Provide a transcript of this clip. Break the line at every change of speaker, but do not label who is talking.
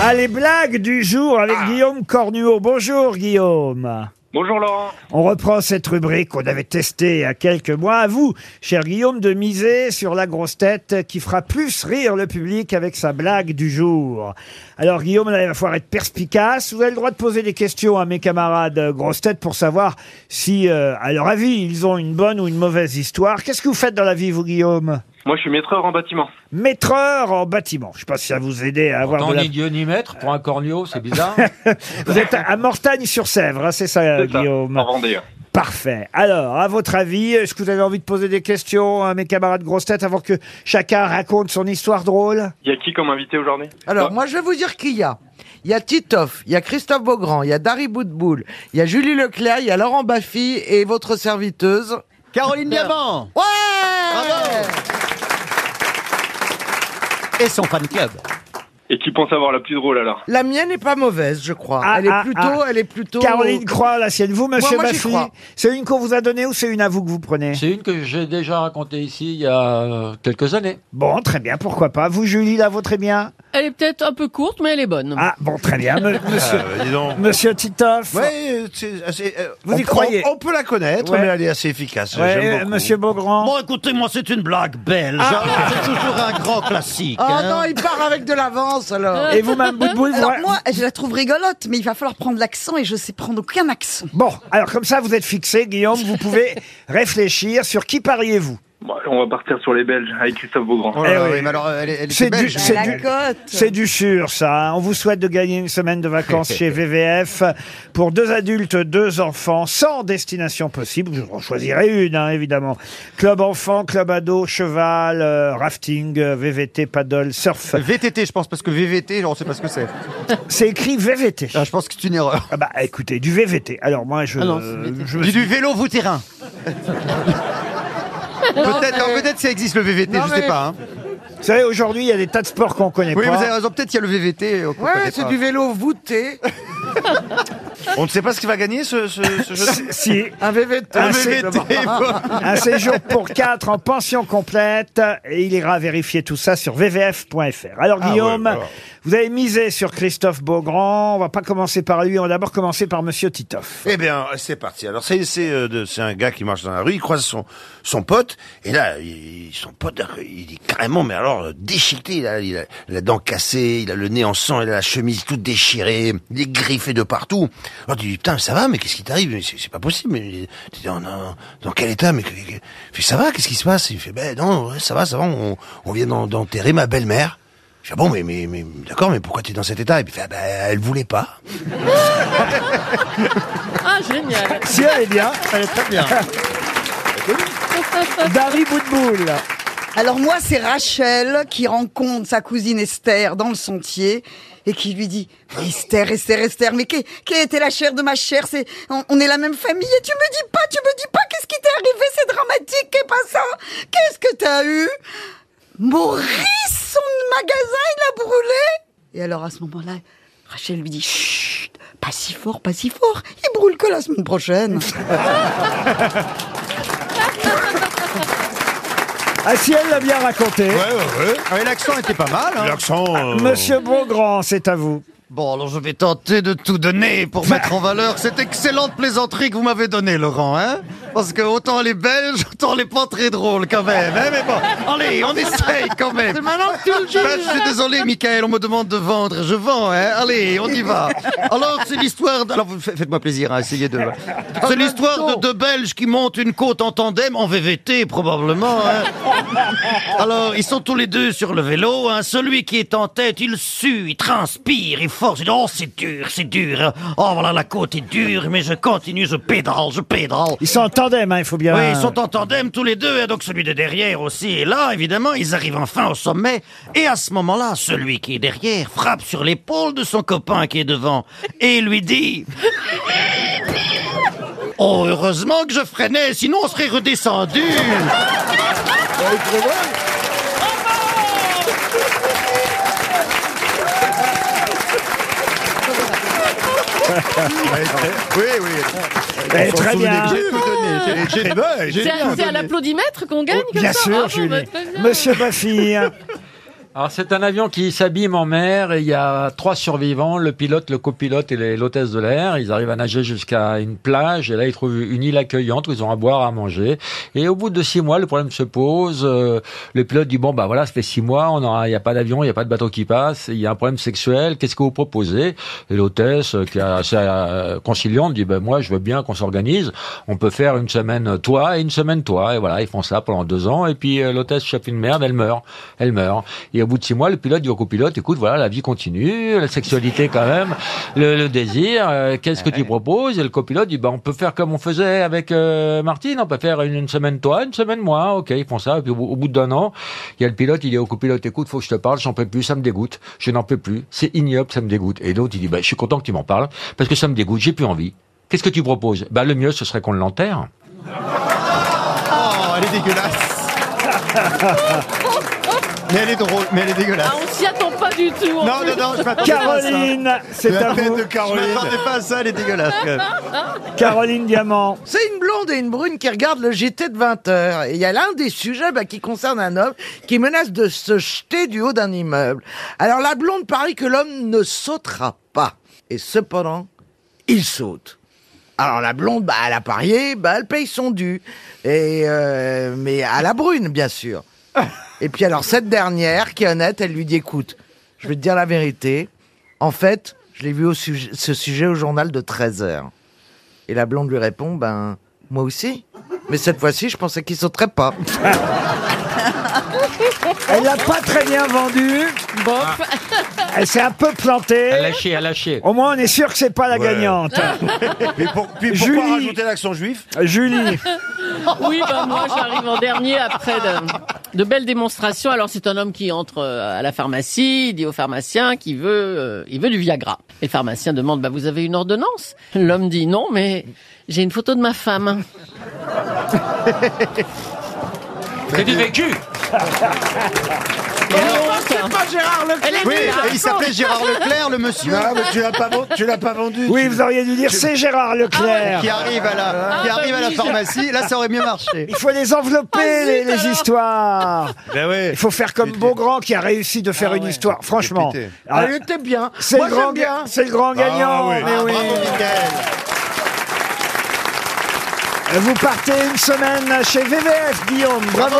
Ah, les blagues du jour avec Guillaume Cornuau. Bonjour, Guillaume.
Bonjour Laurent.
On reprend cette rubrique qu'on avait testée il y a quelques mois. À vous, cher Guillaume, de miser sur la grosse tête qui fera plus rire le public avec sa blague du jour. Alors, Guillaume, là, il va falloir être perspicace. Vous avez le droit de poser des questions à mes camarades euh, grosses têtes pour savoir si, euh, à leur avis, ils ont une bonne ou une mauvaise histoire. Qu'est-ce que vous faites dans la vie, vous, Guillaume
Moi, je suis maîtreur en bâtiment.
Maîtreur en bâtiment. Je ne sais pas si ça vous aider à avoir
Tant
de la...
ni Dieu ni maître pour un cornio, c'est bizarre.
Vous êtes à- à Mortagne-sur-Sèvre, hein, c'est ça,
C'est ça,
Guillaume
en Vendée.
Parfait. Alors, à votre avis, est-ce que vous avez envie de poser des questions à mes camarades grosses têtes avant que chacun raconte son histoire drôle
Il y a qui comme invité aujourd'hui
Alors,
Bah,
moi, je vais vous dire qui il y a. Il y a Titoff, il y a Christophe Beaugrand, il y a Dari Boudboul, il y a Julie Leclerc, il y a Laurent Baffy et votre serviteuse.
Caroline Diamant
Ouais
et son fan club.
Et qui pense avoir la plus drôle alors
La mienne n'est pas mauvaise, je crois.
Ah,
elle est
ah,
plutôt,
ah.
elle est plutôt.
Caroline Croix, la sienne. Vous, monsieur
moi, j'y
Baffy,
crois.
c'est une qu'on vous a donnée ou c'est une à vous que vous prenez
c'est une que j'ai déjà racontée ici il y a euh, quelques années.
Bon, très bien, pourquoi pas. Vous, Julie, la vôtre est bien
Elle est peut-être un peu courte, mais elle est bonne.
Ah, bon, très bien. Me- monsieur, monsieur Titoff
Ouais, c'est assez, euh,
Vous
on
y
peut-
croyez
On, on peut la connaître,
Ouais.
mais elle est assez efficace.
Ouais,
J'aime
euh,
beaucoup.
Monsieur Ah. Beaugrand
Bon, écoutez, moi, c'est une blague belge. hein. C'est toujours un grand classique.
Ah.
Oh
hein.
non, il part avec de l'avance alors.
Et vous, Mme Boudboul
Alors
vous-
moi, je la trouve rigolote, mais il va falloir prendre l'accent et je sais prendre aucun accent.
Bon, alors comme ça, vous êtes fixé, Guillaume. Vous pouvez réfléchir sur qui pariez-vous
Bon, On va partir sur les Belges avec Christophe Beaugrand.
Oh là
Eh
là,
oui.
oui, mais alors, elle, est- elle
C'est
était belge.
du- c'est
la
du-
cote.
C'est du sûr, ça. hein. On vous souhaite de gagner une semaine de vacances chez VVF pour deux adultes, deux enfants, sans destination possible. Vous en choisirez une, hein, évidemment. Club enfant, club ado, cheval, euh, rafting, euh, VVT, paddle, surf.
VTT, je pense, parce que VVT, on sait pas ce que c'est.
C'est écrit VVT.
Ah, je pense que c'est une erreur.
Ah bah écoutez, du VVT. Alors moi, je... euh, je me
Dis
suis-
du vélo vous terrain. peut-être, alors, peut-être ça existe le VVT,
Non,
je
mais-
sais pas. hein.
Vous savez, aujourd'hui, il y a des tas de sports qu'on connaît
Oui, vous
pas.
avez raison, peut-être il y a le VVT. euh, qu'on
Ouais,
connaît
c'est
pas.
du vélo voûté,
On ne sait pas ce qui va gagner ce, ce, ce jeu.
Si,
un VVT.
Ah,
Le
c'est
VVT, quoi.
Un séjour pour quatre en pension complète. Et il ira vérifier tout ça sur vvf.fr. Alors,
Ah
Guillaume,
ouais, alors.
vous avez misé sur Christophe Beaugrand. On va pas commencer par lui. On va d'abord commencer par Monsieur Titoff.
Eh bien, c'est parti. Alors, c'est c'est, euh, de- c'est un gars qui marche dans la rue, il croise son son pote, et là, il, son pote, il est carrément, mais alors euh, déchiqueté. Il a, il a la dent cassée, il a le nez en sang, il a la chemise toute déchirée, il est griffé de partout. Alors, tu dis putain, ça va, mais qu'est-ce qui t'arrive Mais C'est c'est pas possible. Mais tu dis, dans, dans- dans quel état Mais que- que- il fait, ça va Qu'est-ce qui se passe Il fait ben non, ouais, ça va, ça va. On, on vient d'en- d'enterrer ma belle-mère. Je dis, ah bon, mais, mais, mais d'accord, mais pourquoi tu es dans cet état Et puis, il fait, ah ben, elle voulait pas.
Ah, génial.
Si elle est bien,
Elle est très bien.
Dari Boudboul.
Alors moi, c'est Rachel qui rencontre sa cousine Esther dans le sentier et qui lui dit « Esther, Esther, Esther, mais qui, qui était la chair de ma chair C'est on, on est la même famille et tu me dis pas, tu me dis pas qu'est-ce qui t'est arrivé C'est dramatique, qu'est pas ça Qu'est-ce que t'as eu ?» Maurice, son magasin, il a brûlé Et alors à ce moment-là, Rachel lui dit « Chut, pas si fort, pas si fort, il brûle que la semaine prochaine !»
Ah, si elle l'a bien raconté. Ah,
Ah, mais L'accent était pas mal. hein.
euh,
Monsieur Beaugrand, c'est à vous.
Bon, alors je vais tenter de tout donner pour mettre en valeur cette excellente plaisanterie que vous m'avez donnée, Laurent. Hein Parce que autant elle est belge, autant elle est pas très drôle quand même. hein, mais bon, allez, on essaye quand même. Ben, je suis désolé, Michael, on me demande de vendre. Je vends, hein. Allez, on y va. Alors, c'est l'histoire. de- Alors, vous- fa- faites-moi plaisir, hein, essayez de. C'est l'histoire de deux Belges qui montent une côte en tandem, en VVT, probablement, hein. Alors, ils sont tous les deux sur le vélo. hein. Celui qui est en tête, il sue, il transpire, il force. Il dit, oh, c'est dur, c'est dur. Oh, voilà, la côte est dure, mais je continue, je pédale, je pédale.
Ils sont en tandem, hein, il faut bien.
Oui, ils sont en tandem tous les deux, et donc celui de derrière aussi. Et là, évidemment, ils arrivent enfin au sommet. Et à ce moment-là, celui qui est derrière frappe sur l'épaule de son copain qui est devant et lui dit Oh, heureusement que je freinais, sinon on serait redescendu.
Oui, oui.
Eh, très bien.
J'ai tout donné. J'ai- J'ai j'ai-
C'est à, c'est à l'applaudimètre qu'on gagne comme
Oh, Bien
ça
sûr,
Ah bon,
Julie.
bah, très bien.
Monsieur Baffy.
Alors c'est un avion qui s'abîme en mer et il y a trois survivants, le pilote, le copilote et les- l'hôtesse de l'air. Ils arrivent à nager jusqu'à une plage et là ils trouvent une île accueillante où ils ont à boire, à manger. Et au bout de six mois, le problème se pose. Euh, le pilote dit bon bah voilà, ça fait six mois, on aura- il n'y a pas d'avion, il n'y a pas de bateau qui passe, il y a un problème sexuel. Qu'est-ce que vous proposez Et l'hôtesse, euh, qui est assez euh, conciliante, dit ben moi je veux bien qu'on s'organise. On peut faire une semaine toi et une semaine toi. Et voilà, ils font ça pendant deux ans et puis euh, l'hôtesse chope une merde, elle meurt, elle meurt. Et au bout de six mois, le pilote dit au copilote, écoute, voilà, la vie continue, la sexualité quand même, le, le désir, euh, qu'est-ce que tu proposes Et le copilote dit, bah, on peut faire comme on faisait avec euh, Martine, on peut faire une, une semaine toi, une semaine moi, ok, ils font ça. Et puis au, bout- au bout d'un an, il y a le pilote, il dit au copilote, écoute, faut que je te parle, j'en peux plus, ça me dégoûte, je n'en peux plus, c'est ignoble, ça me dégoûte. Et l'autre, il dit, bah, je suis content que tu m'en parles, parce que ça me dégoûte, j'ai plus envie. Qu'est-ce que tu proposes Bah le mieux, ce serait qu'on l'enterre.
Oh, elle est dégueulasse. mais elle est drôle, mais elle est dégueulasse.
Ah, on s'y attend pas du tout. en
Non,
plus.
non, non, je m'attendais pas à ça.
Caroline, c'est à vous.
Je m'attendais pas à ça, elle est dégueulasse. quand même.
Caroline Diamant.
C'est une blonde et une brune qui regardent le JT de 20h. Et il y a l'un des sujets bah, qui concerne un homme qui menace de se jeter du haut d'un immeuble. Alors la blonde parie que l'homme ne sautera pas. Et cependant, il saute. Alors la blonde, bah, elle a parié, bah, elle paye son dû. Et euh, mais à la brune, bien sûr. Et puis alors cette dernière, qui est honnête, elle lui dit écoute, je vais te dire la vérité. En fait, je l'ai vu au sujet- ce sujet au journal de 13h. Et la blonde lui répond, ben, moi aussi. Mais cette fois-ci, je pensais qu'il sauterait pas.
Elle l'a pas très bien vendue.
Bon,
Elle s'est un peu
À
plantée.
lâcher, à lâcher.
Au moins, on est sûr que c'est pas la gagnante.
Puis, pour- puis pourquoi
Julie.
rajouter l'accent juif
Julie.
oui, bah, moi, j'arrive en dernier après de, de belles démonstrations. Alors, c'est un homme qui entre euh, à la pharmacie, il dit au pharmacien qu'il veut, euh, il veut du Viagra. Et le pharmacien demande, bah, vous avez une ordonnance? L'homme dit, non, mais j'ai une photo de ma femme.
C'est du vécu
Et alors,
pas Gérard
elle est
Oui,
nulle,
et il s'appelait Gérard Leclerc, le monsieur.
Ah.
tu l'as pas, tu l'as pas vendu.
Oui, vous auriez dû dire, c'est Gérard Leclerc.
Ah
Qui arrive à la, qui
bah
Ah,
arrive à la
oui.
pharmacie, là ça aurait mieux marché.
Il faut les envelopper,
Ah,
les,
zut,
les
alors.
histoires.
Ben
Il
ouais.
faut faire comme
Putain.
Beaugrand qui a réussi de faire
Ah
une
ouais.
histoire. Franchement.
Député.
Ah,
Elle était bien.
C'est
Moi,
le, grand
j'aime bien. Ah,
ga- c'est le grand gagnant. mais oui.
Bravo, Michael.
Vous partez une semaine chez VVF, Guillaume. Bravo.